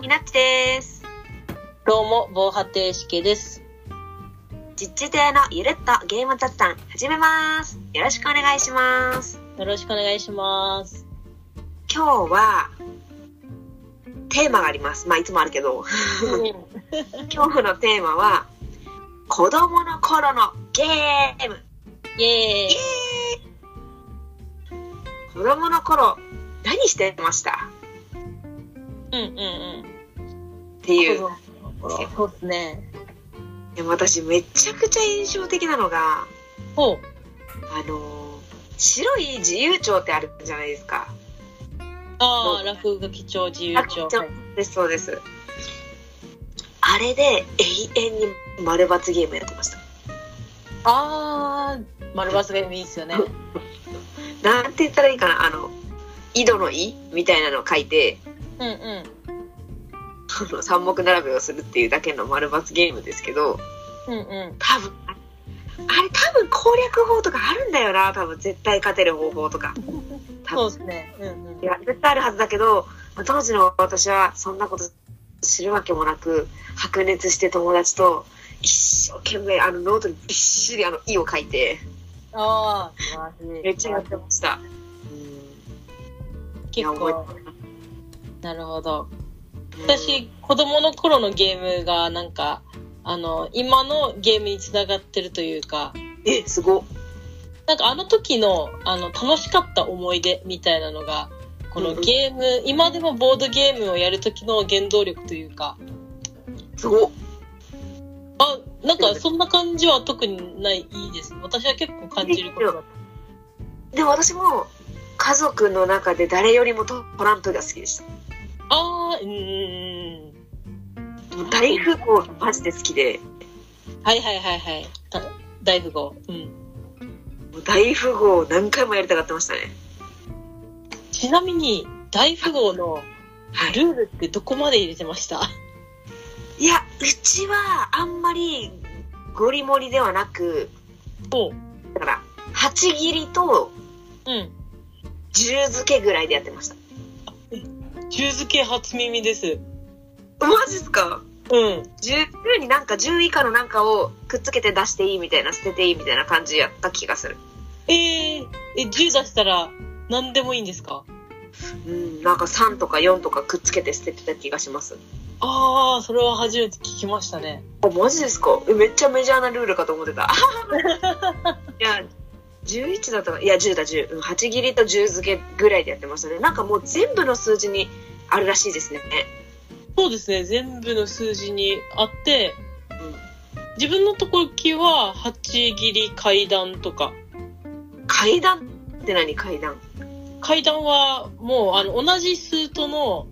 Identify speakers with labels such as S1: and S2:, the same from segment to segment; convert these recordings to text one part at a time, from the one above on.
S1: みなっちです。
S2: どうも、防波堤式です。
S1: 実地亭のゆるっとゲーム雑談始めます。よろしくお願いします。
S2: よろしくお願いします。
S1: 今日は、テーマがあります。まあ、いつもあるけど、今日のテーマは、子供の頃のゲーム。
S2: イエーイ
S1: 子供の頃、何してました
S2: うんうんうん。
S1: っていう。
S2: そうっすね。
S1: でも私、めちゃくちゃ印象的なのが、
S2: ほう。
S1: あのー白い自由帳ってあるじゃないですか。
S2: あ
S1: どう
S2: あ、落書き帳、自由
S1: あ
S2: 帳。
S1: そうですそうですあれで永遠に丸抜ゲームやってました
S2: ああ、丸バスゲームいいっすよね。
S1: なんて言ったらいいかなあの井戸の井みたいなのを書いて
S2: うんうん。
S1: あの三目並べをするっていうだけの丸抜ゲームですけど
S2: うんうん。
S1: 多分ああれ多分攻略法とかあるんだよな多分絶対勝てる方法とか多
S2: そう
S1: 分
S2: っすね。うんうん
S1: い。や絶対あるはずだけどまあ当時の私はそんなこと知るわけもなく白熱して友達と一生懸命あのノートにびっしりあの「い」を書いて
S2: ああ、素晴らしい。
S1: めっちゃやってましたい
S2: 結
S1: や覚
S2: 構。
S1: えてる
S2: なるほど。
S1: うん
S2: 私、子供の頃のゲームが、なんか、あの、今のゲームにつながってるというか、
S1: えすごっ
S2: なんかあの時のあの楽しかった思い出みたいなのがこ
S1: う
S2: の
S1: んうん
S2: ゲーム、今でもボードゲームをやる時の原動力というか
S1: すごっ
S2: あなんかそんな感じは特にないいいです私は結構感じることだった
S1: でも私も家族の中で誰よりもトトランプが好きでした
S2: あーうんうんうんうん
S1: 大富豪がマジで好きで
S2: はいはいはいはいた大富豪うん
S1: もう大富豪を何回もやりたがってましたね
S2: ちなみに大富豪の
S1: はい
S2: ルールってどこまで入れてました
S1: いやうちはあんまりゴリ盛りではなく
S2: おう
S1: だから8切りと
S2: ん
S1: 10漬けぐらいでやってました
S2: 中漬け初耳です
S1: マジっすか
S2: うん
S1: 10になんか10以下のなんかをくっつけて出していいみたいな捨てていいみたいな感じやった気がする
S2: えー、え、10出したら何でもいいんですか
S1: うんなんか3とか4とかくっつけて捨ててた気がします
S2: ああ、それは初めて聞きましたね。
S1: あマジですかえめっちゃメジャーなルールかと思って たいや11だったかいや10だ10、うん、8切りと10漬けぐらいでやってましたねなんかもう全部の数字にあるらしいですね
S2: そうですね、全部の数字にあって、
S1: うん
S2: 自分のとこきは8切り階段とか。
S1: 階段って何階段
S2: 階段はもうあの同じスートの、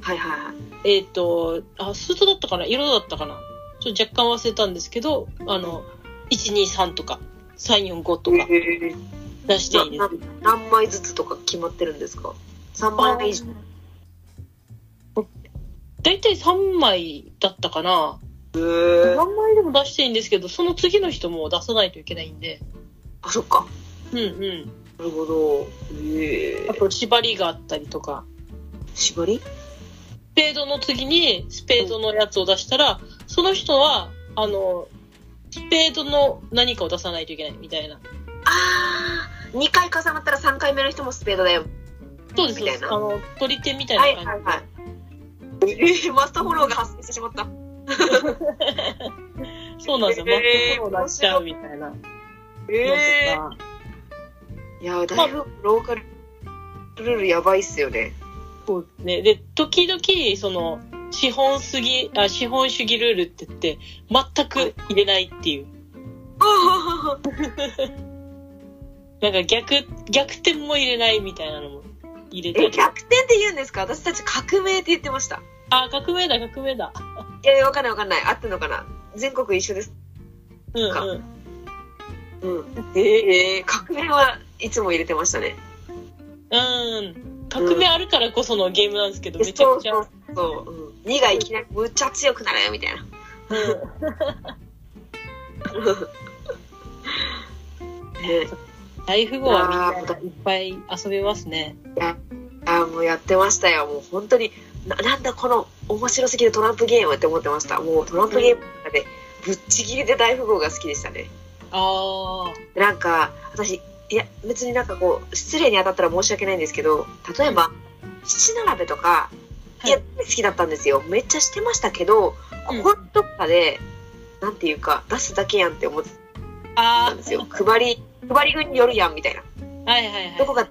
S1: はいはいはい
S2: えっ、と、あ、スートだったかな色だったかなちょっと若干忘れたんですけど、あの、1、2、3とか、3、4、5とか
S1: え
S2: 出していいです。
S1: 何枚ずつとか決まってるんですか3枚以上
S2: だいたい3枚だったかな
S1: へー
S2: 何枚でも出していいんですけど、その次の人も出さないといけないんで。
S1: あそっか
S2: うんうん。
S1: なるほどへえ
S2: あと、縛りがあったりとか。
S1: 絞り
S2: スペードの次に、スペードのやつを出したら、その人は、あの、スペードの何かを出さないといけないみたいな。
S1: あー2回重なったら3回目の人もスペードだよ
S2: そうです、そうで
S1: み
S2: す。
S1: たい
S2: あ
S1: な
S2: の、取り手みた
S1: はい
S2: い
S1: は
S2: ない感じで。
S1: はいえーマスターフォローが発生してしまった
S2: そうなんですよ。マ
S1: へー
S2: ットを出しちゃうみたいなのとか。
S1: えいやだいぶローカルルールやばいっすよね
S2: そうですね。で、時々、その、資本主義、あ、資本主義ルールって言って、全く入れないっていう。
S1: あー
S2: なんか逆、逆転も入れないみたいなのも入れ
S1: え
S2: てる。
S1: 逆転って言うんですか私たち革命って言ってました
S2: あ、革命だ、革命だ。
S1: いやいやわかんないわかんない合ってんのかな全国一緒です
S2: うん
S1: か
S2: うん。
S1: うんええ革命はいつも入れてましたね
S2: うん。革命あるからこそのゲームなんですけど、めちゃ
S1: そ
S2: く
S1: う
S2: ちゃ。
S1: そううそう、うん、2がいきなりむっちゃ強くなるよみたいな
S2: ん
S1: ね
S2: 大富豪はみんないっぱい遊べますね。
S1: あーもうやってましたよもう本当にななんだこの面白すぎるトランプゲームって思ってましたもうトランプゲームの中でぶっちぎりで大富豪が好きでしたね
S2: ああ。
S1: なんか私いや別になんかこう失礼に当たったら申し訳ないんですけど例えば七並べとか
S2: はい
S1: いや好きだったんですよめっちゃしてましたけどこ
S2: うん
S1: このどっかで、なんていうか出すだけやんって思って
S2: あ
S1: たんですよ配り配り具によるやんみたいな
S2: はいはいはい。
S1: どこが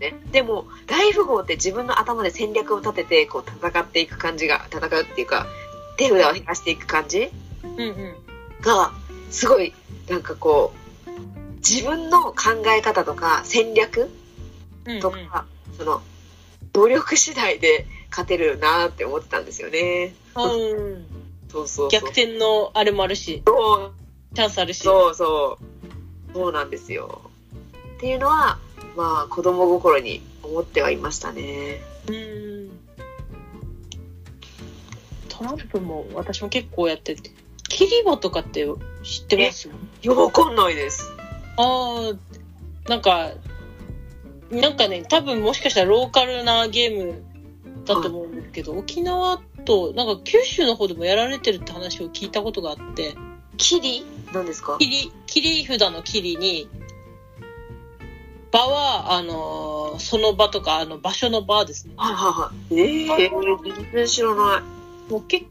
S1: ね、でも大富豪って自分の頭で戦略を立ててこう戦っていく感じが戦うっていうか手札を減らしていく感じ
S2: うんうん。
S1: がすごいなんかこう自分の考え方とか戦略
S2: うんうん
S1: とか、その努力次第で勝てるなって思ってたんですよね。
S2: うん。
S1: そうそうそう
S2: 逆転のあれもあるし、
S1: そう
S2: チャンスあるし。
S1: そうそうそうなんですよ。っていうのはまあ子供心に思ってはいましたね。
S2: うん。トランプも私も結構やってて。キリボとかって知ってます
S1: よくわかんないです。
S2: ああ、なんか、なんかね、多分もしかしたらローカルなゲームだと思うんですけど、沖縄と、なんか九州の方でもやられてるって話を聞いたことがあって、
S1: キリなんですか
S2: 切り、切り札の切りに、場は、あのーその場とか、あの、場所の場ですね。
S1: はいはいはい。ええ全然知らない。
S2: もう結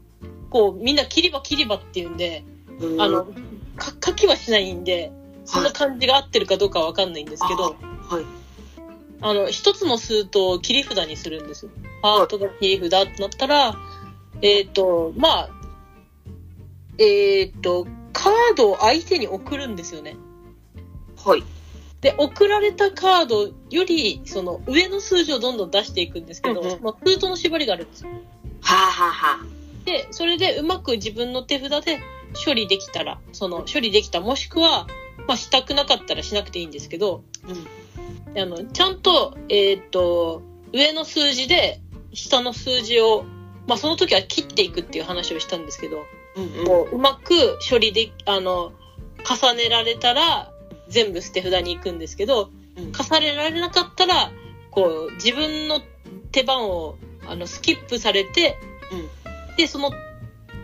S2: 構、みんな切り場切り場って言うんで、
S1: うん
S2: あの、か、書きはしないんで、その感じが合ってるかどうかはわかんないんですけど、
S1: あはい
S2: あの、一つの数とを切り札にするんですよ。ハートが切り札ってなったら、えっ、と、まあ、えっ、と、カードを相手に送るんですよね。
S1: はい。
S2: で、送られたカードより、その、上の数字をどんどん出していくんですけど、
S1: うんうん
S2: まあ、封筒の縛りがあるんですよ。
S1: はあ、はあは
S2: で、それでうまく自分の手札で処理できたら、その、処理できた、もしくは、まあ、したくなかったらしなくていいんですけど、あの、ちゃんと、えーっと、上の数字で、下の数字を、まあ、その時は切っていくっていう話をしたんですけど、
S1: うん。うんうん。
S2: もう、うまく処理でき、あの、重ねられたら、全部捨て札に行くんですけど、
S1: うん
S2: 重ねられなかったら、こう、自分の手番を、あの、スキップされて、
S1: うん
S2: で、その、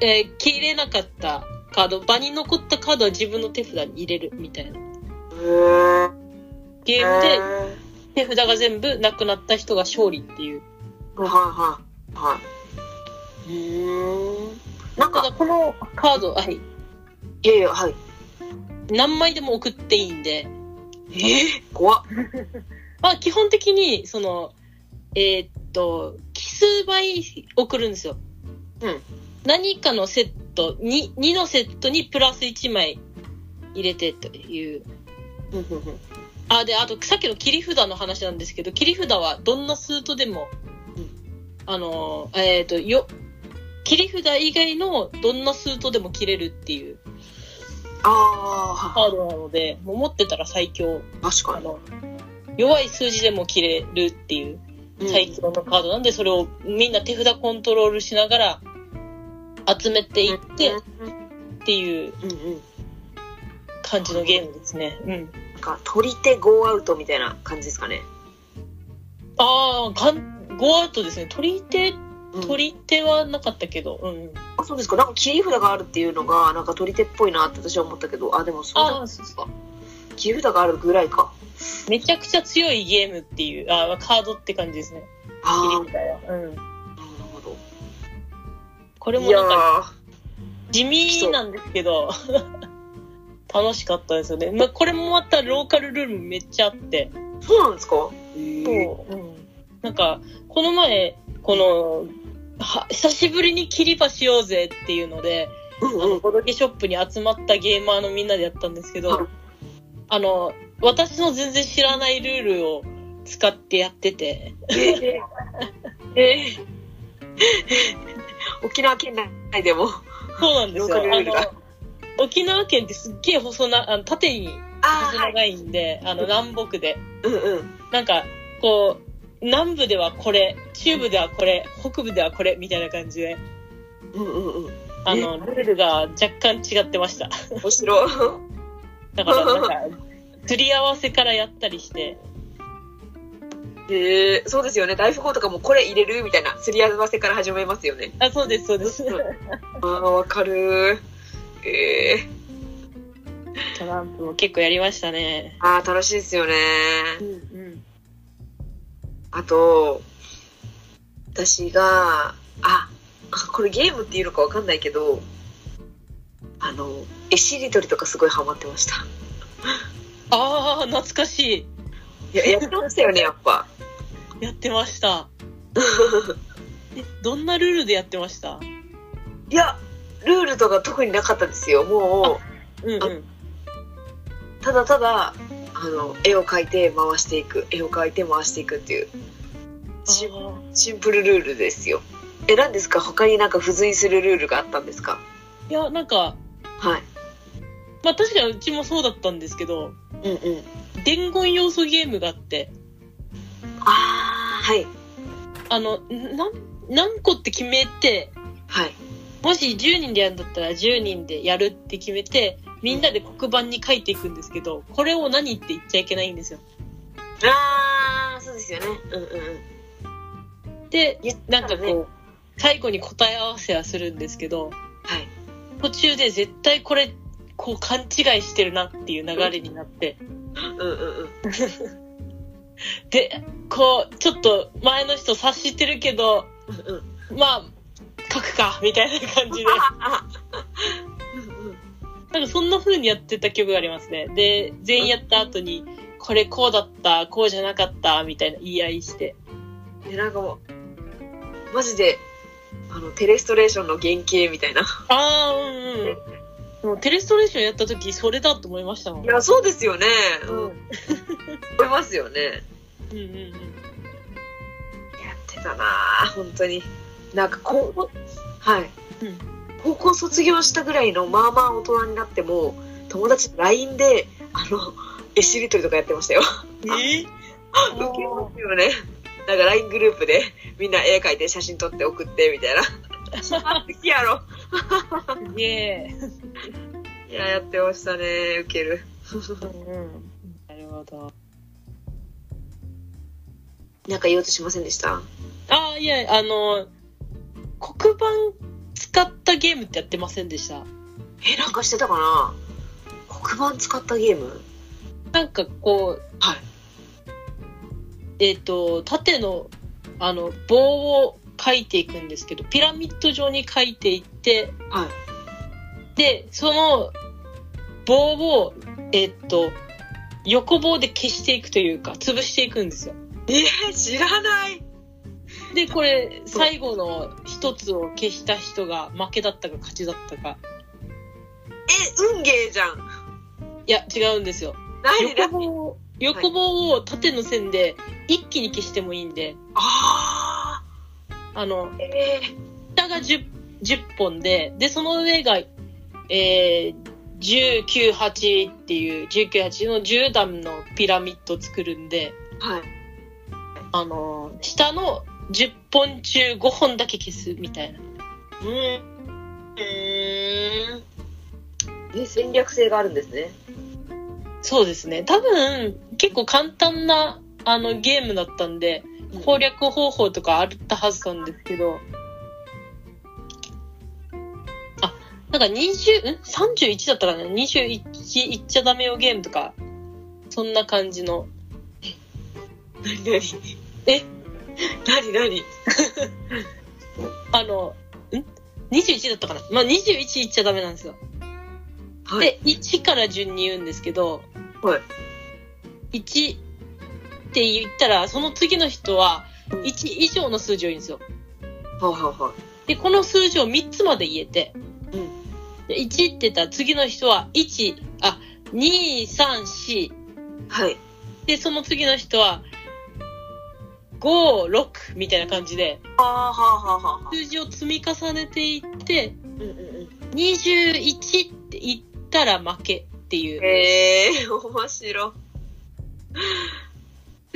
S2: えー切れなかったカード、場に残ったカードは自分の手札に入れるみたいな。
S1: へえ
S2: ゲームで、手札が全部なくなった人が勝利っていう。
S1: はいはいはい。うん。なん
S2: た
S1: か、
S2: だこのカード、はい、
S1: いやいや、はい。
S2: 何枚でも送っていいんで、
S1: ええ怖っ。
S2: まあ基本的に、その、えーっと、奇数倍送るんですよ。
S1: うん。
S2: 何かのセット、2, 2のセットにプラス1枚入れてという。
S1: うんうんうん
S2: あ、で、あとさっきの切り札の話なんですけど、切り札はどんなスートでも、
S1: うん
S2: あの、えーっと、よ、切り札以外のどんなスートでも切れるっていう。
S1: ああ、は
S2: カードなので、もう持ってたら最強。
S1: い確
S2: あ
S1: か
S2: の、弱い数字でも切れるっていう
S1: に。
S2: 最強のカードなんで、それをみんな手札コントロールしながら集めていってっ
S1: うんうん
S2: ていう
S1: うんうん。
S2: 感じのゲームですね。うん。
S1: なんか、取り手ゴーアウトみたいな感じですかね。
S2: ああ、かん、ゴーアウトですね。取り手、
S1: うん
S2: 取り手はなかったけど、うん。
S1: あそうですか。なんか切り札があるっていうのが、なんか取り手っぽいなって私は思ったけど、あ、でもそうだ
S2: ああ、そうそう。
S1: 切り札があるぐらいか。
S2: めちゃくちゃ強いゲームっていう、ああ、カードって感じですね。切
S1: あ
S2: り札は。う
S1: あ、
S2: ん。
S1: なるほど。
S2: これも
S1: いや
S2: なんか
S1: ー
S2: 地味なんですけ ど、楽しかったですよね。まあ、これもまたローカルルールめっちゃあって。
S1: そうなんですか
S2: そううんなんか、この前、この、は久しぶりに切り場しようぜっていうので、
S1: うん
S2: あ
S1: う
S2: の
S1: ん
S2: ボドゲショップに集まったゲーマーのみんなでやったんですけ
S1: は
S2: ど
S1: い、
S2: あの、私の全然知らないルールを使ってやってて、
S1: えー、えー、沖縄県内でも
S2: そうなんですよ。
S1: ローカルルー
S2: あ
S1: ル
S2: の
S1: が
S2: 沖縄県ってすっげえ細な、あの縦に
S1: あ
S2: 細
S1: あはい
S2: 長いんで、あの南北で。
S1: うんうん
S2: なんか、こう、南部ではこれ、中部ではこれ、北部ではこれ、みたいな感じで、
S1: うんうんうん
S2: あの、ルールが若干違ってました。
S1: 面白い
S2: だから、なんか、釣り合わせからやったりして、
S1: へえそうですよね大富豪とかもこれ入れるみたいなすり合わせから始めますよね
S2: あ、そうです、そうです。
S1: ああわかるええ
S2: トランプも結構やりましたね。
S1: ああ楽しいですよね
S2: うんうん。
S1: あと私がああこれゲームっていうのかわかんないけどあの絵しりとりとかすごいハマってました
S2: ああ、懐かし
S1: いややってました よねやっぱ
S2: い。やってました。え、どんなルールでやってました
S1: いやルールとか特になかったですよも
S2: うんうん。
S1: うただただあの絵を描いて回していく絵を描いて回していくっていうシンシンプルルールですよえ何ですか他になんか付随するルールがあったんですか
S2: いや、なんか、
S1: はい
S2: まあ確かにうちもそうだったんですけど、
S1: うんうん
S2: 伝言要素ゲームがあって、
S1: ああはい
S2: あの、なん、何個って決めて、
S1: はい
S2: もし10人でやるんだったら10人でやるって決めて、みんなで黒板に書いていくんですけど、これを何って言っちゃいけないんですよ。
S1: ああそうですよねうんうんうん
S2: で、
S1: 言っ
S2: なんか
S1: たらね
S2: こう、最後に答え合わせはするんですけど、
S1: はい
S2: 途中で絶対これ、こう勘違いしてるなっていう流れになって、
S1: うんうんうん
S2: で、こう、ちょっと前の人察してるけど、
S1: うんうん
S2: まあ、書くか、みたいな感じで、
S1: あうんうん
S2: なんかそんな風にやってた記憶がありますね。で、全員やった後に、これこうだった、こうじゃなかった、みたいな言い合いして。
S1: えなんかもうマジであのテレストレーションの原型みたいな
S2: あー、うんうん。もうテレストレーションやった時、それだと思いましたもん。
S1: いやそうですよね
S2: うん
S1: うん
S2: うん
S1: 思いますよね
S2: うんうん。
S1: やってたなあ本当になんか高校はい、
S2: うん
S1: 高校卒業したぐらいのまあまあ大人になっても友達の LINE であの絵しりとりとかやってましたよ
S2: え
S1: ウケますよねなんか LINE グループでみんな絵描いて写真撮って送ってみた いな好きやろ
S2: すげえ。
S1: いややってましたねウケる
S2: なるほど。
S1: なんか言おうとしませんでした
S2: あ、いや、あの、黒板使ったゲームってやってませんでした。
S1: えなんかしてたかな黒板使ったゲーム
S2: なんかこう、
S1: はい
S2: えっ、と、縦の、あの、棒を書いていくんですけど、ピラミッド状に書いていって、
S1: はい
S2: で、その棒を、えっ、と、横棒で消していくというか、潰していくんですよ。
S1: え知らない
S2: で、これ、最後の一つを消した人が負けだったか勝ちだったか。
S1: え運ゲーじゃん
S2: いや、違うんですよ。
S1: 何
S2: 横
S1: 何
S2: 棒を、横棒を縦の線で一気に消してもいいんで、
S1: あ
S2: あの、
S1: ーえ
S2: 下が 10, 10本で、で、その上が、えー、19、8っていう、19、8の10段のピラミッドを作るんで、
S1: ーはい
S2: あのー下の10本中5本だけ消すみたいな。
S1: うんえ戦略性があるんですね
S2: そうですね。多分、結構簡単な、あの、ゲームだったんで、攻略方法とかあったはずなんですけど、あ、なんか20、ん ?31 だったかな ?21 いっちゃダメよゲームとか、そんな感じの。
S1: 何何
S2: え
S1: 何何
S2: あの、ん ?21 だったかなまあ、21いっちゃダメなんですよ。
S1: はい
S2: で、1から順に言うんですけど、
S1: はい
S2: 1って言ったら、その次の人は
S1: うん
S2: 1以上の数字を言うんですよ。
S1: はいはいは
S2: で、この数字を3つまで言えて、
S1: う
S2: で1って言ったら次の人は1、あ、2、3、4。
S1: いはい
S2: で、その次の人は5、6みたいな感じで、
S1: あーはあはあはあはあ
S2: 数字を積み重ねていって、
S1: うんうんうん
S2: 21って言ったら負けっていう。
S1: へえー、面白い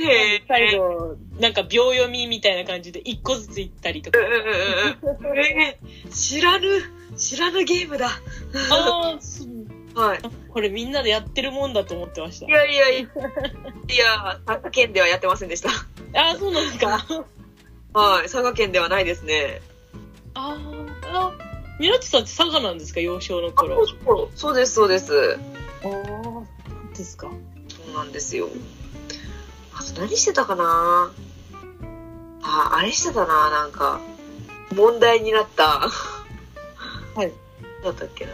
S1: へえ
S2: 最後、なんか秒読みみたいな感じで1個ずつ行ったりとか
S1: うん。うんうんうんえー、知らぬ知らぬゲームだ
S2: ああ、そう
S1: はい。
S2: これみんなでやってるもんだと思ってました
S1: い。やいやいや、いや、佐賀県ではやってませんでした。
S2: ああ、そうなんですか。
S1: はい。佐賀県ではないですね。
S2: あーあ、ミラチさんって佐賀なんですか、幼少の
S1: あそ
S2: 頃
S1: う。そうそうです、そうです。
S2: ああ、なんですか。
S1: そうなんですよ。あと何してたかなあ、あれしてたな、なんか。問題になった。
S2: はい。
S1: だったっけな。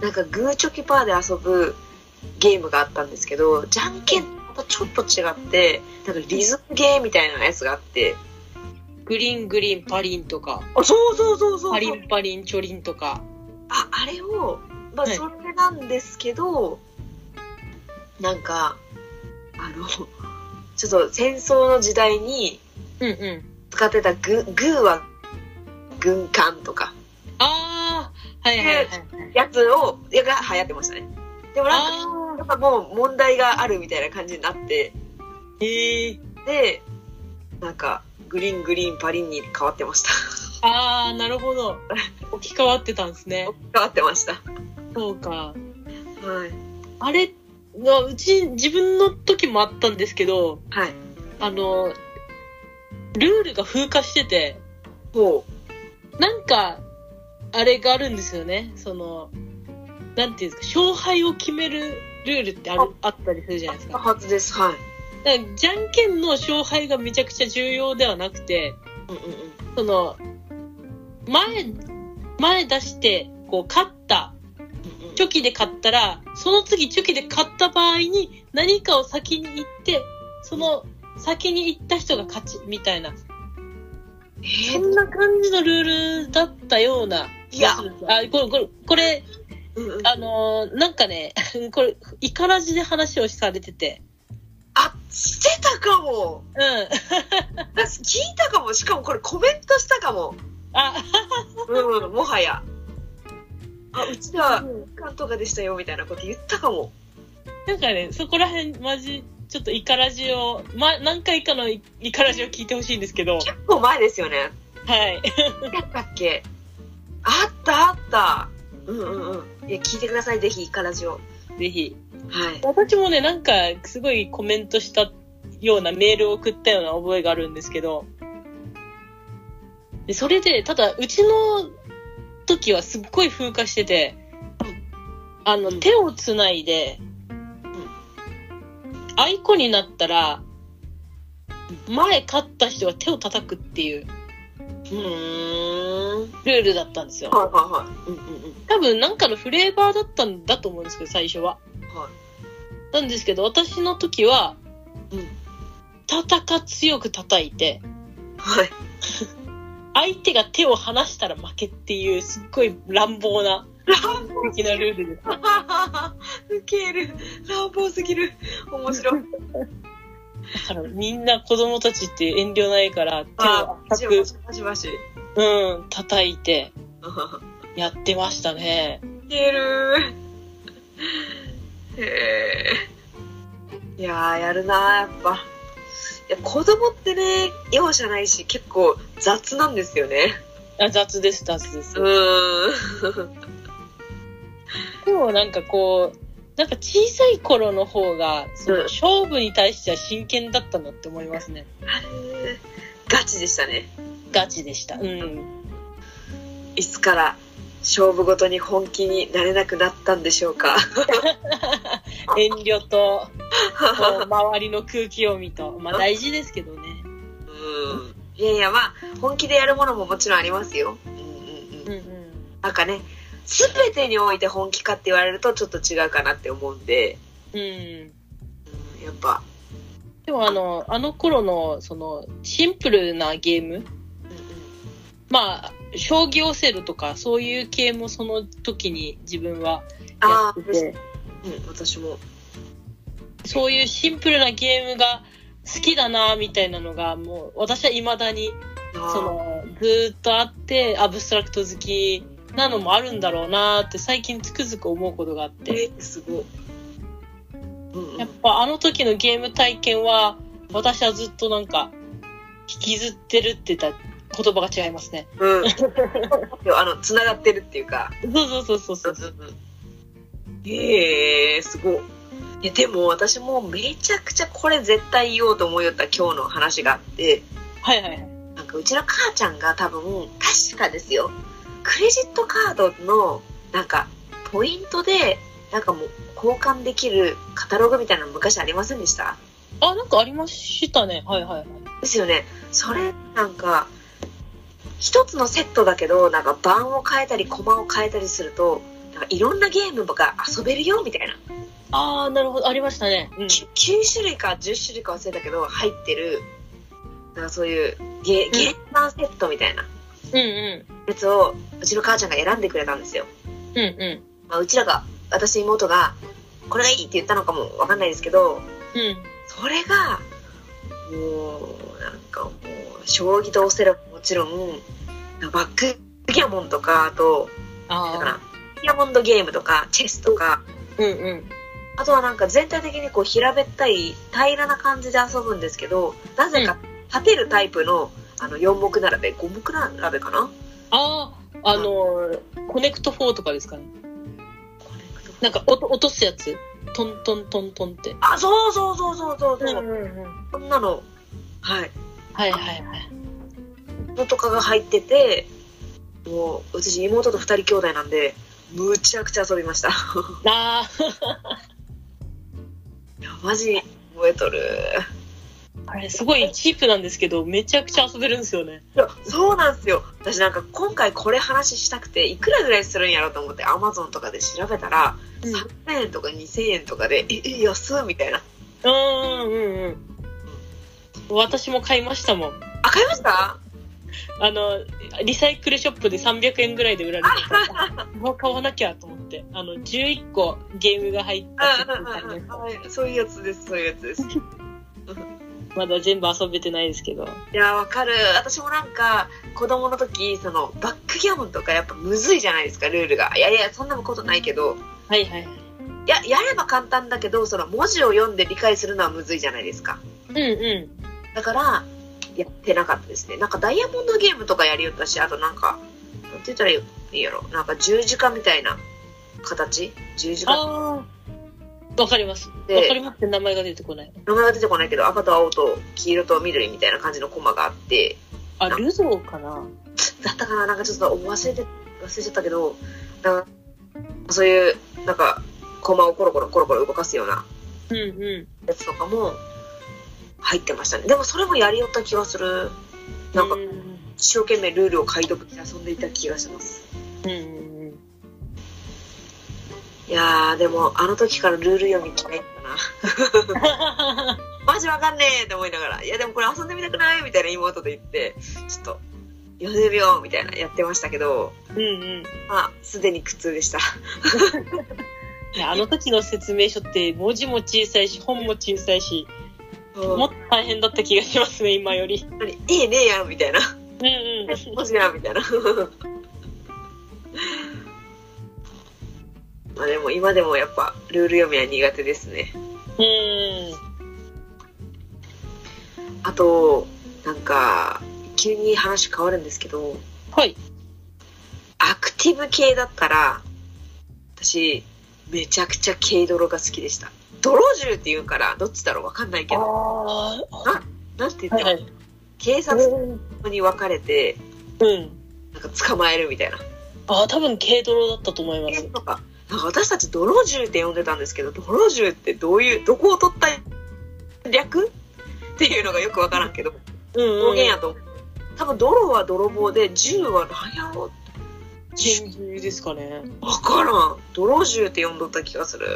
S1: なんかグーチョキパーで遊ぶゲームがあったんですけど、じゃんけんとまたちょっと違って、なんかリズムゲーみたいなやつがあって。
S2: グリングリンパリンとか、
S1: あ、そうそうそうそう
S2: パリンパリンチョリンとか。
S1: ああれを、まあ、
S2: はい
S1: それなんですけど、なんかあのちょっと戦争の時代に
S2: うんうん。
S1: 使ってたググーは軍艦とか
S2: ああ、はいはいはいはい。
S1: やつをやが流行ってましたねでもなんか
S2: あ
S1: やっぱもう問題があるみたいな感じになって
S2: あ、へえ。
S1: でなんかグリーングリーンパリンに変わってました
S2: ああ、なるほど。置き換わってたんですね。
S1: 変わってました
S2: そうか。
S1: はい
S2: あれ、なうち、自分の時もあったんですけど、
S1: はい
S2: あの、ルールが風化してて、
S1: も
S2: なんか、あれがあるんですよね。その、なんていうんですか、勝敗を決めるルールってあるあったりするじゃないです
S1: う
S2: か。
S1: はずですはい
S2: だからじゃんけんの勝敗がめちゃくちゃ重要ではなくて、
S1: うんうんうん
S2: その、前、前出して、こう、勝った、
S1: うんうん
S2: チョキで勝ったら、その次チョキで勝った場合に何かを先に行って、その先に行った人が勝ち、みたいな。
S1: え
S2: そ
S1: ー
S2: んな感じのルールだったような。
S1: いや
S2: あ、これ、これ、これ、
S1: うんうん
S2: あのーなんかね、 これ、イカラジで話をされてて。
S1: あ、してたかも。
S2: うん。
S1: 私聞いたかも。しかもこれコメントしたかも。
S2: あ、
S1: うん、もはや。あ、うちでは、関とかでしたよ、みたいなこと言ったかも。
S2: なんかね、そこら辺、マジ、ちょっとイカラジを、ま、何回かのイイカラジを聞いてほしいんですけど、
S1: 結構前ですよね。
S2: はい。
S1: やったっけあったあった。うんうんうん。いや、聞いてください、ぜひ、イカラジオ。は
S2: ぜひ。
S1: い。
S2: 私もね、なんか、すごいコメントしたような、メールを送ったような覚えがあるんですけど、でそれで、ただ、うちの時はすっごい風化してて、あの、手をつないで、あいこになったら、前勝った人は手を叩くっていう
S1: うーん。
S2: ルールだったんですよ。
S1: はいはいはい。うんうんうん。
S2: 多分なんかのフレーバーだったんだと思うんですけど、最初は。
S1: は
S2: なんですけど、私の時は、
S1: うん
S2: 叩か強く叩いて、
S1: はい。
S2: 相手が手を離したら負けっていう、すっごい乱暴な、
S1: 乱暴
S2: 的なルールです。
S1: ウケる。乱暴すぎる。面白い。
S2: だからみんな子供たちって遠慮ないから、手
S1: あ
S2: を、
S1: バ
S2: 浅
S1: シバ
S2: く
S1: シ、バシバシ。
S2: うん、叩いて、
S1: うん
S2: やってましたね。
S1: いけるへえいやーやるなーやっぱいや子供ってね容赦ないし結構雑なんですよね
S2: あ雑です、雑です
S1: う。ーん
S2: でもなんかこう、なんか小さい頃の方が、その
S1: うん
S2: 勝負に対しては真剣だったなって思いますね。
S1: あれーガチでしたね
S2: ガチでした。うん。
S1: いつから勝負ごとに本気になれなくなったんでしょうか
S2: 遠慮と、こう周りの空気読みと、まあ大事ですけどね。
S1: うんいやいやまあ本気でやるものももちろんありますようんうんうん
S2: うんうん。
S1: なんかね全てにおいて本気かって言われるとちょっと違うかなって思うんで
S2: うん。
S1: うんやっぱ
S2: でもあの、あの頃の、その、シンプルなゲーム、まあ、将棋をセルとか、そういう系もその時に自分はや
S1: ああ
S2: ってて、
S1: うん、私も。
S2: そういうシンプルなゲームが好きだな、みたいなのが、もう、私は未だに、
S1: そ
S2: そ、の、ずーっとあって、アブストラクト好きなのもあるんだろうなって、最近つくづく思うことがあって。
S1: えすごい。うん、うん。
S2: やっぱあの時のゲーム体験は、私はずっとなんか、引きずってるって言ったら言葉が違いますね。
S1: うん、あの、つながってるっていうか。
S2: そうそうそうそうそう。
S1: んうん。へえすごいいやでも私もめちゃくちゃこれ絶対言おうと思いよった今日の話があって
S2: はいはいはい。
S1: なんかうちの母ちゃんが多分確かですよクレジットカードのなんかポイントでなんかもう交換できるカタログみたいなの昔ありませんでした
S2: あ、なんかありましたね。はいはいはい。
S1: ですよねそれなんか一つのセットだけどなんか盤を変えたり駒を変えたりするとなんかいろんなゲームが遊べるよみたいな、
S2: ああ、なるほど。ありましたね。うん。
S1: き 9, 種類か10種類か忘れたけど入ってるなんかそういうゲゲーマーセットみたいな
S2: うんう
S1: やつをうちの母ちゃんが選んでくれたんですよ、
S2: ん。うんう
S1: まあ、うちらが私妹がこれがいいって言ったのかもわかんないですけど
S2: ん。うん。
S1: それがもうなんかもう将棋とオセロももちろんバックギャモンとかあとだから
S2: ああ。
S1: ダイヤモンドゲームとかチェスとか
S2: うんうん。
S1: あとはなんか全体的にこう平べったい平らな感じで遊ぶんですけどなぜか立てるタイプのあの4目並べ5目並べかな
S2: ああ、あのーコネクト4とかですかね。なんか落と落とすやつ。トントントントンって。
S1: あそうそうそうそうそうそう、
S2: んうん。
S1: こんなのはい
S2: はいはいはい。
S1: のとかが入っててもう私妹と2人兄弟なんでむちゃくちゃ遊びました
S2: ああ。
S1: いやマジ覚えとる
S2: あれ、すごいチープなんですけど、めちゃくちゃ遊べるんですよね。
S1: いやそうなんですよ私なんか今回これ話したくていくらぐらいするんやろうと思ってアマゾンとかで調べたら
S2: うん
S1: 3,000円とか2,000円とかで「ええ安っ!」みたいな
S2: うんうんうん。私も買いましたもん。
S1: 「あ買いました
S2: あの、リサイクルショップで300円ぐらいで売られてた。もう買わなきゃと思って。あの、11個ゲームが入ったセットみたいなやつ
S1: はいそういうやつですそういうやつです」
S2: まだ全部遊べてないですけど。
S1: いやわかる私もなんか子供の時そのバックギャモンとかやっぱむずいじゃないですかルールがいやいやそんなことないけど
S2: はいはい。
S1: いややれば簡単だけどその文字を読んで理解するのはむずいじゃないですか
S2: うんう
S1: だからやってなかったですねなんかダイヤモンドゲームとかやりよったしあとなんかなんて言ったらいいやろなんか十字架みたいな形十字
S2: ん。
S1: 架
S2: ああ。わかります。わ
S1: で
S2: かりますって名前が出てこない。
S1: 名前が出てこないけど赤と青と黄色と緑みたいな感じのコマがあって
S2: あ、ルゾーかな
S1: だったかななんかちょっと忘れて忘れちゃったけどなんかそういうなんかコマをコロコロコロコロ動かすような
S2: うんうん。
S1: やつとかも入ってましたねでもそれもやりよった気がするなんか
S2: うん
S1: 一生懸命ルールを解読して遊んでいた気がします
S2: うんうん。
S1: いやーでもあの時からルール読み嫌いだな マジわかんねえって思いながら「いやでもこれ遊んでみたくない?」みたいな妹と言ってちょっと読んでみようみたいなやってましたけど
S2: うんうん。
S1: まあすでに苦痛でした
S2: いやあの時の説明書って文字も小さいし本も小さいしもっと大変だった気がしますね今より。
S1: 本当にいいねえやんみたいな
S2: うんうん。
S1: もしやみたいな まあでも今でもやっぱルール読みは苦手ですね
S2: うん。
S1: あとなんか急に話変わるんですけど
S2: はい。
S1: アクティブ系だったら私めちゃくちゃ軽泥が好きでした泥銃って言うからどっちだろうわかんないけど
S2: あ
S1: なんて言
S2: あ。
S1: っても、
S2: はいはい。
S1: 警察に分かれて
S2: うん。
S1: なんか捕まえるみたいな
S2: ああ多分軽泥だったと思います。
S1: なんかなんか私たち泥銃って呼んでたんですけど泥銃ってどういうどこを取った略っていうのがよく分からんけど
S2: うん、うん。
S1: 方言やと思う多分泥は泥棒で銃は何やろ
S2: 拳銃ですかね。
S1: 分からん泥銃って呼んどった気がする、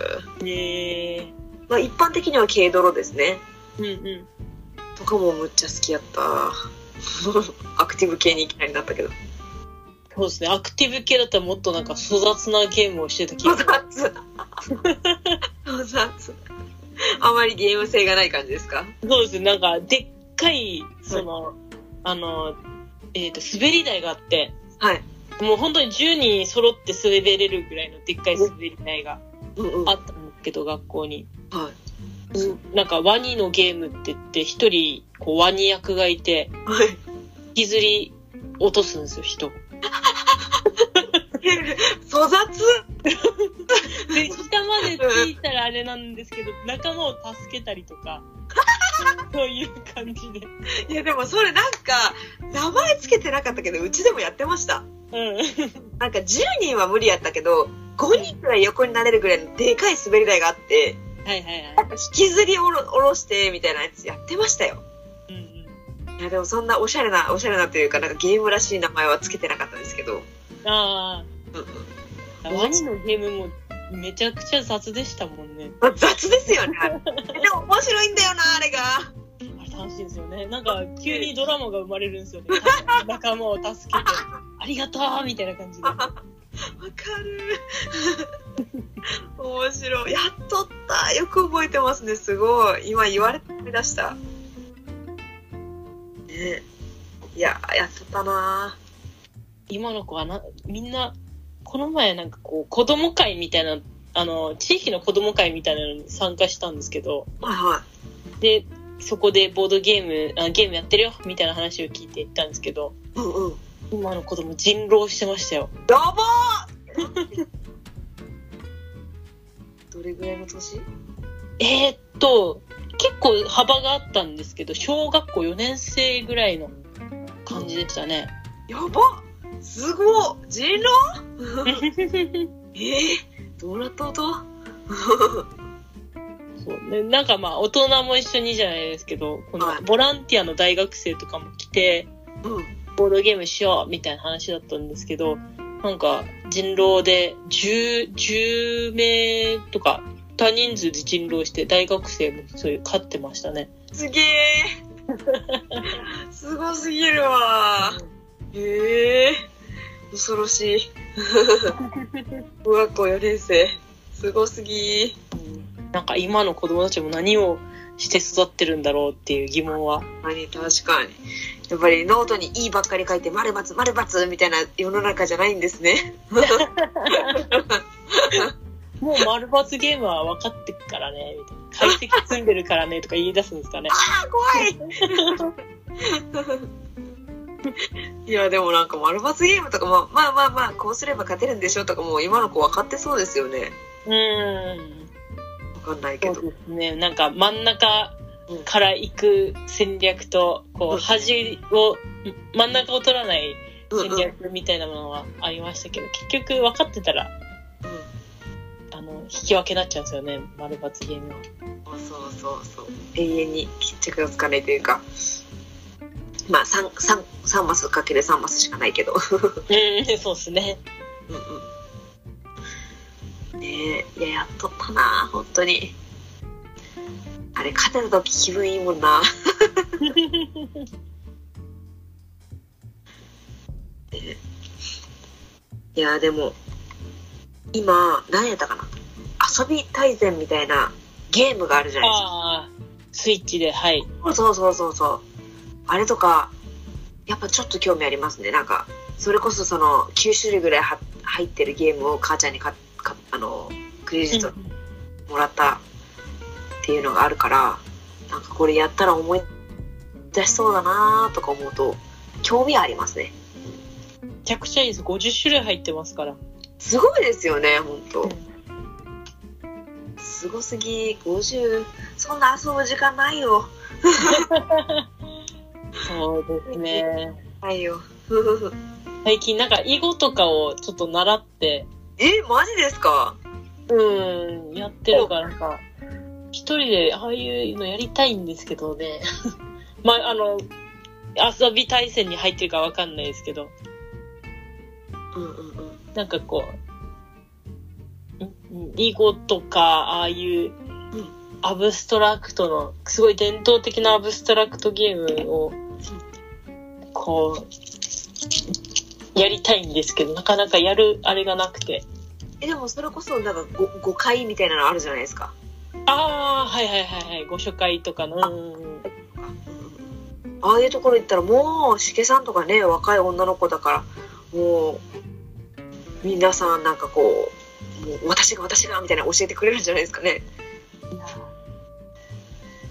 S2: へえ。
S1: まあ、一般的には軽泥ですね
S2: うんうん。
S1: とかもむっちゃ好きやった アクティブ系にいきなりなったけど
S2: そうですね。アクティブ系だったらもっとなんか粗雑なゲームをしてた気が
S1: 粗
S2: する。
S1: 雑粗雑あまりゲーム性がない感じですか
S2: そうですね。なんかでっかいその、あのえっ、と滑り台があって。
S1: はい
S2: もう本当に10人揃って滑れるぐらいのでっかい滑り台が
S1: うんうんは
S2: あ
S1: い
S2: ったんですけど、学校に。なんかワニのゲームって言って、一人こうワニ役がいて、
S1: はい
S2: 引きずり落とすんですよ、人。
S1: え粗雑
S2: で下までついたらあれなんですけど仲間を助けたりと かそういう感じで
S1: いやでもそれなんか名前つけてなかったけどうちでもやってました
S2: うん
S1: なんか10人は無理やったけど5人くらい横になれるぐらいのでかい滑り台があって
S2: はいはいはい
S1: なんか引きずり下ろ下ろしてみたいなやつやってましたよ
S2: うんうん
S1: いやでもそんなおしゃれなおしゃれなというかなんかゲームらしい名前はつけてなかったんですけど、うん
S2: ああワニのゲームもめちゃくちゃ雑でしたもんね
S1: まあ雑ですよねあれでも面白いんだよなあれが
S2: あれ楽しいですよねなんか急にドラマが生まれるんですよね仲間を助けてありがとうみたいな感じで
S1: わかる 面白いやっとったよく覚えてますねすごい今言われて思い出したねいややっとったな
S2: 今の子はなみんなこの前なんかこう子供会みたいなあの地域の子供会みたいなのに参加したんですけど
S1: はいは
S2: でそこでボードゲームあゲームやってるよみたいな話を聞いて行ったんですけど
S1: いうんうん
S2: 今の子供人狼してましたよ
S1: やばーどれぐらいの年
S2: えー、っと結構幅があったんですけど小学校4年生ぐらいの感じでしたね
S1: やばすごっ人狼 ええどうなった音
S2: そうね、なんかまあ大人も一緒にじゃないですけどこの
S1: はい
S2: ボランティアの大学生とかも来て
S1: うん
S2: ボードゲームしようみたいな話だったんですけどなんか人狼で 10, 10名とか多人数で人狼して大学生もそういう勝ってましたね
S1: すげえすごすぎるわええ恐ろしい 小学校4年生すごすぎ
S2: なんか今の子供たちも何をして育ってるんだろうっていう疑問は
S1: 何確かにやっぱりノートに「いい」ばっかり書いて「丸×丸×」みたいな世の中じゃないんです ね
S2: もう丸抜ゲームは分かってくからねみたいな解析積んでるからねとか言い出すんですかね
S1: あ怖い いやでもなんか丸×ゲームとかもまあまあまあこうすれば勝てるんでしょとかもう今の子分かってそうですよね
S2: うーん
S1: 分かんないけ
S2: そ
S1: ど
S2: うですね、なんか真ん中から行く戦略と、こ
S1: うん
S2: う、端を、真ん中を取らない
S1: うんう
S2: 戦
S1: ん
S2: 略みたいなものはありましたけど、結局分かってたら、あの、引き分けになっちゃうんですよね、丸抜ゲームは。
S1: そうそうそう永遠に決着がつかないというかまあ 3, 3, 3マスかける3マスしかないけど
S2: うん、 そうですね。
S1: うんうんねえいややっとったな本当にあれ勝てた時気分いいもんな いやでも今何やったかな遊び大全みたいなゲームがあるじゃないですか
S2: ああ、スイッチで、はい。
S1: そうそうそうそうあれとかやっぱちょっと興味ありますねなんかそれこそその9種類ぐらいは入ってるゲームを母ちゃんにかかあのクレジットもらったっていうのがあるからなんかこれやったら思い出しそうだなとか思うと興味はありますね
S2: めちゃくちゃいいです。50種類入ってますから。
S1: すごいですよねほんとすごすぎ50そんな遊ぶ時間ないよ
S2: そうですね。
S1: ないよ
S2: 最近なんか囲碁とかをちょっと習って、
S1: えマジですか
S2: うん、やってるからなんか、一人でああいうのやりたいんですけどね。 まあ、あの、遊び対戦に入ってるかわかんないですけど、
S1: うんうんうん
S2: なんかこう、んん囲碁とか、ああいう、アブストラクトの、すごい伝統的なアブストラクトゲームを、こう、やりたいんですけど、なかなかやるあれがなくて。
S1: えでもそれこそなんかご誤解みたいなのあるじゃないですか。
S2: ああ、はいはいはいはい、ご紹介とかの、うんうんうん。
S1: ああいうところ行ったらもうしげさんとかね若い女の子だからもう皆さんなんかこうもう私が私がみたいなの教えてくれるんじゃないですかね。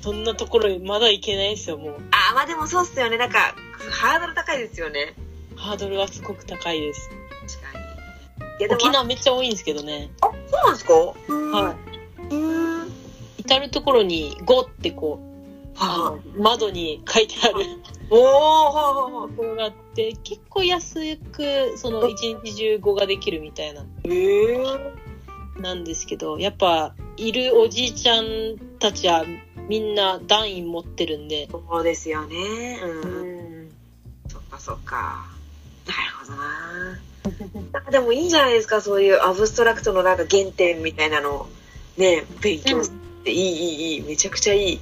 S2: そんなところにまだ行けないですよ、もう。
S1: ああまあでもそうっすよねなんかハードル高いですよね。
S2: ハードルはすごく高いです。
S1: 確かに。やでも
S2: 沖縄めっちゃ多いんですけどね。
S1: そうなんですか
S2: は
S1: はいい。うん。
S2: い。至る所に5ってこう、
S1: は
S2: あの、窓に書いてある
S1: い。おー、はいはいはい。
S2: ところがあって、結構安く、その一日中5ができるみたいな、
S1: ええ
S2: なんですけど、やっぱ、いるおじいちゃんたちはみんな段位持ってるんで、
S1: そうですよね。
S2: う
S1: うん。
S2: ん。
S1: そっかそっか。なるほどな。なんかでもいいんじゃないですか、そういうアブストラクトのなんか原点みたいなのをね、勉強して、いいいいいい、めちゃくちゃいい。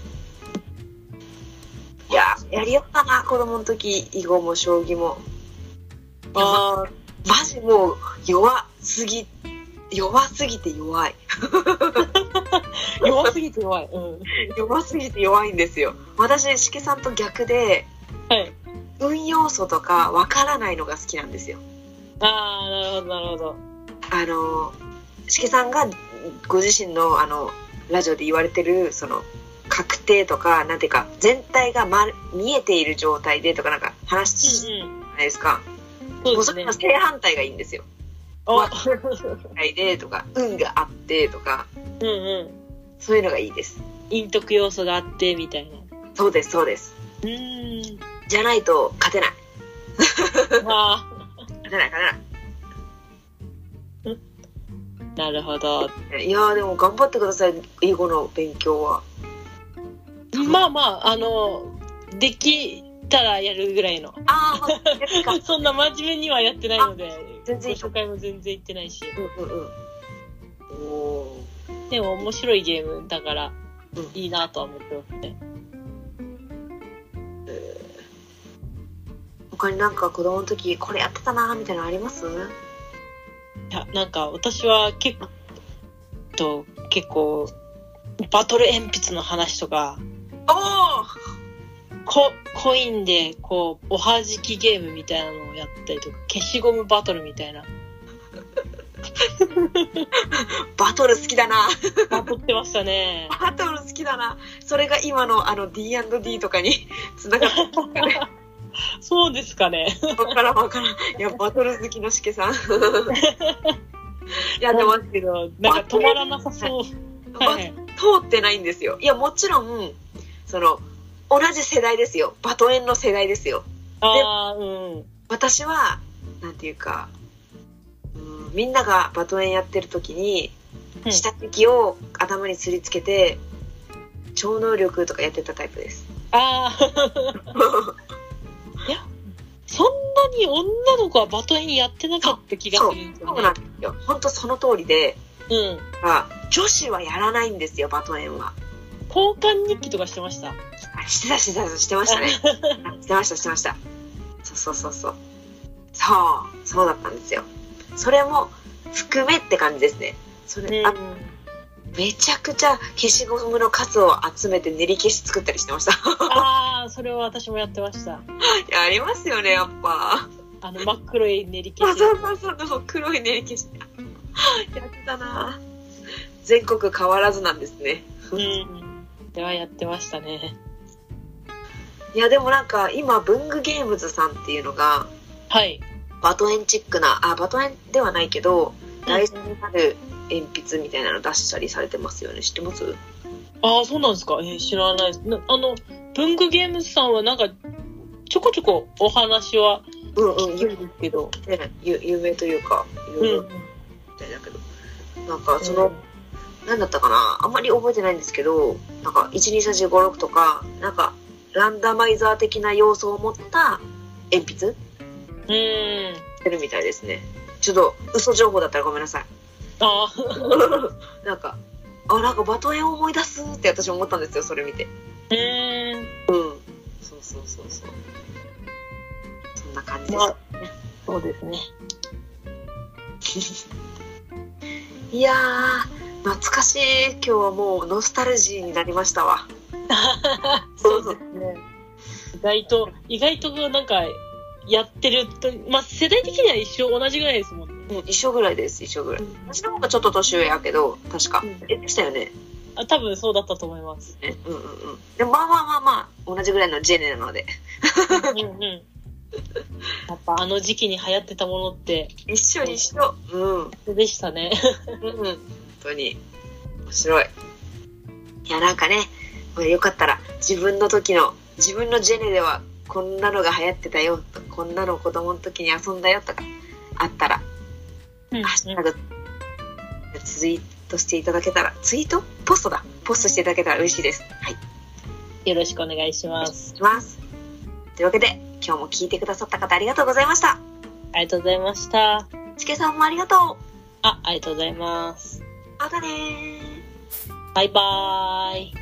S1: いや、やりよったな、子供の時、囲碁も将棋も。
S2: ああ、
S1: マジもう弱すぎ、弱すぎて弱い。
S2: 弱すぎて弱い。うん。
S1: 弱すぎて弱いんですよ。私、しけさんと逆で、
S2: はい。
S1: 運要素とかわからないのが好きなんですよ。
S2: ああ、なるほど、なるほど。
S1: あのしけさんがご自身のあのラジオで言われてるその確定とかなんていうか全体が、ま、見えている状態でとかなんか話してる
S2: うん
S1: じゃないですか、
S2: そう
S1: も
S2: で
S1: うそ
S2: す
S1: れ
S2: ね
S1: の。正反対がいいんですよ
S2: あ、
S1: 「はいで」とか「運があって」とか
S2: うんうん。
S1: そういうのがいいです
S2: 陰徳要素があって、みたいな。
S1: そうですそうです
S2: うーん。
S1: じゃないと勝てない
S2: あ
S1: 勝てない勝て
S2: ーなるほど。
S1: ないいやーでも頑張ってください英語の勉強は
S2: まあまあ、あの、できたらやるぐらいの。
S1: ああです か
S2: そんな真面目にはやってないので、
S1: 全然いい
S2: ご紹介も全然行ってないし。
S1: うんうんうんおー
S2: でも面白いゲームだから
S1: うん、
S2: いいなとは思ってますね。
S1: 他になんか子供の時これやってたなーみたいなのあります
S2: いや、なんか私は結構、と結構、バトル鉛筆の話とか、
S1: おお
S2: ココインでこうおはじきゲームみたいなのをやったりとか消しゴムバトルみ たいな
S1: バトル好きだな
S2: バトってましたね
S1: バトル好きだなそれが今のあの D&D とかに つながってるからね
S2: そうですかね
S1: わからんわからんいやバトル好きのしけさん いやでも
S2: なんですけどなんか止まらなさそう
S1: バ
S2: はい
S1: 通ってないんですよいやもちろんその同じ世代ですよバトエンの世代ですよ
S2: ああうん
S1: 私はなんていうかうんみんながバトエンやってる時に
S2: うん
S1: 下敷きを頭にすりつけて超能力とかやってたタイプ です
S2: ああ そんなに女の子はバトエンやってなかった気がするんですよ
S1: そう
S2: ね
S1: なんですよ本当その通りで
S2: うん
S1: あ女子はやらないんですよバトエンは
S2: 交換日記とかしてました
S1: あしてたしてたしてま したねあしてましたしてましたそうそうそうそうそうそうだったんですよそれも含めって感じですねそれ、あめちゃくちゃ消しゴムの数を集めて練り消し作ったりしてました
S2: ああそれは私もやってました
S1: いやありますよねやっぱ
S2: あの真っ黒い練り
S1: そ
S2: 消
S1: う
S2: し
S1: そうそうそうでも黒い練り消しやってたな全国変わらずなんですね
S2: うんではやってましたね
S1: いやでもなんか今文具ゲームズさんっていうのが
S2: はい
S1: バトエンチックなあバトエンではないけど大事になる鉛筆みたいなの出したりされてますよね知ってます
S2: ああ、そうなんですか。えー知らないです。なあの、文具ゲームズさんはなんか、ちょこちょこお話は
S1: うんうん
S2: 聞くんですけど。
S1: 有有名というか有
S2: う
S1: 名
S2: ん。
S1: みたいだけど、なんかその、なんだったかなあんまり覚えてないんですけどなんか123456とかなんかランダマイザー的な要素を持った鉛筆
S2: う
S1: っ
S2: ん。
S1: てるみたいですねちょっと嘘情報だったらごめんなさい
S2: ああ、
S1: なんかあなんかバトエンを思い出すって私思ったんですよそれ見て
S2: うん。
S1: うんそうそうそうそうそんな感じで
S2: まあ、そうですね。
S1: す、いやー懐かしい今日はもうノスタルジーになりました わ
S2: そうですね。意外と、意外となんか、やってると、まあ、世代的には一生同じぐらいですもんね。
S1: うん一緒ぐらいです一緒ぐらい私の方がちょっと年上やけど確か
S2: うん
S1: えでしたよね
S2: あ多分そうだったと思い ます。
S1: うんうんうんでもまあまあまあまあ同じぐらいのジェネなので
S2: うんうん。やっぱあの時期に流行ってたものって、
S1: 一緒一緒。うん。うん。
S2: でしたね。
S1: 本当に。面白い。いや、なんかね、これよかったら、自分の時の、自分のジェネでは、こんなのが流行ってたよと、こんなの子供の時に遊んだよとか、あったら、
S2: うん
S1: ハッシュタグ、ツイートしていただけたら、ツイートポストだ。ポストしていただけたら嬉しいです。はい。
S2: よろしくお願いします。
S1: します。というわけで、今日も聞いてくださった方ありがとうございました。
S2: ありがとうございました。
S1: ちけさんもありがとう。
S2: あ、ありがとうございます。
S1: またねー。
S2: バイバーイ。